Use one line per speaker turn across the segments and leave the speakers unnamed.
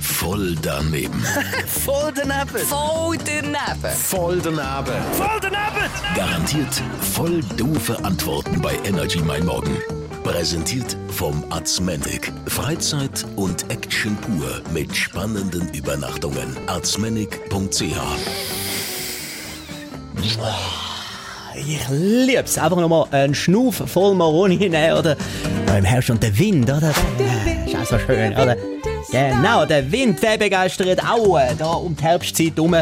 Voll daneben.
Voll daneben.
Voll daneben.
Voll daneben.
Garantiert voll doofe Antworten bei Energy Mein Morgen. Präsentiert vom Arzmenig. Freizeit und Action pur mit spannenden Übernachtungen. Arzmenig.ch
Ich lieb's. Einfach nochmal einen Schnuff voll Maroni nehmen, oder? Da Im Herbst und der Wind, oder? Ist auch so schön, oder? Genau, der Wind, der begeistert auch äh, da um die Herbstzeit rum.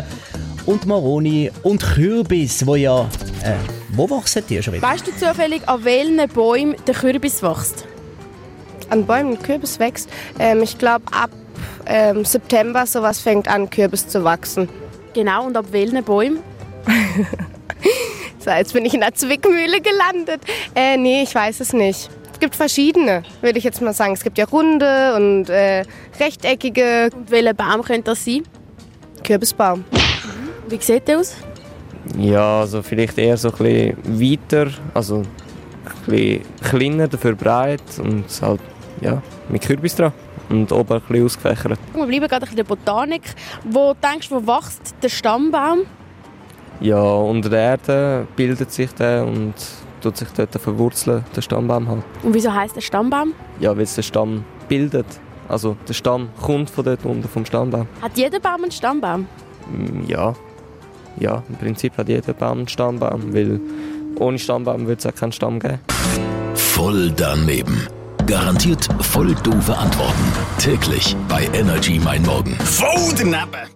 Und Maroni und Kürbis, wo ja... Äh, wo wachsen die schon wieder?
Weißt du zufällig, an welchen Bäumen der Kürbis wächst?
An Bäumen Kürbis wächst. Ähm, ich glaube, ab ähm, September sowas fängt an, Kürbis zu wachsen.
Genau, und ab welchen Bäumen?
So, jetzt bin ich in der Zwickmühle gelandet. Äh, nee, ich weiß es nicht. Es gibt verschiedene, würde ich jetzt mal sagen. Es gibt ja runde und äh, rechteckige
Und welcher Baum könnte das sein?
Kürbisbaum.
Wie sieht der aus?
Ja, also vielleicht eher so ein bisschen weiter, also ein bisschen kleiner, dafür breit und halt, ja, mit Kürbis dran. Und oben ein bisschen ausgefächert.
Wir bleiben gerade in der Botanik. Wo denkst du, wo wächst der Stammbaum?
Ja, unter der Erde bildet sich der und tut sich dort verwurzeln, der Stammbaum halt.
Und wieso heißt der Stammbaum?
Ja, weil es den Stamm bildet. Also der Stamm kommt von dort unten, vom Stammbaum.
Hat jeder Baum einen Stammbaum?
Mm, Ja. Ja, im Prinzip hat jeder Baum einen Stammbaum, weil ohne Stammbaum würde es auch keinen Stamm geben.
Voll daneben. Garantiert voll doofe Antworten. Täglich bei Energy Mein Morgen.
Voll daneben.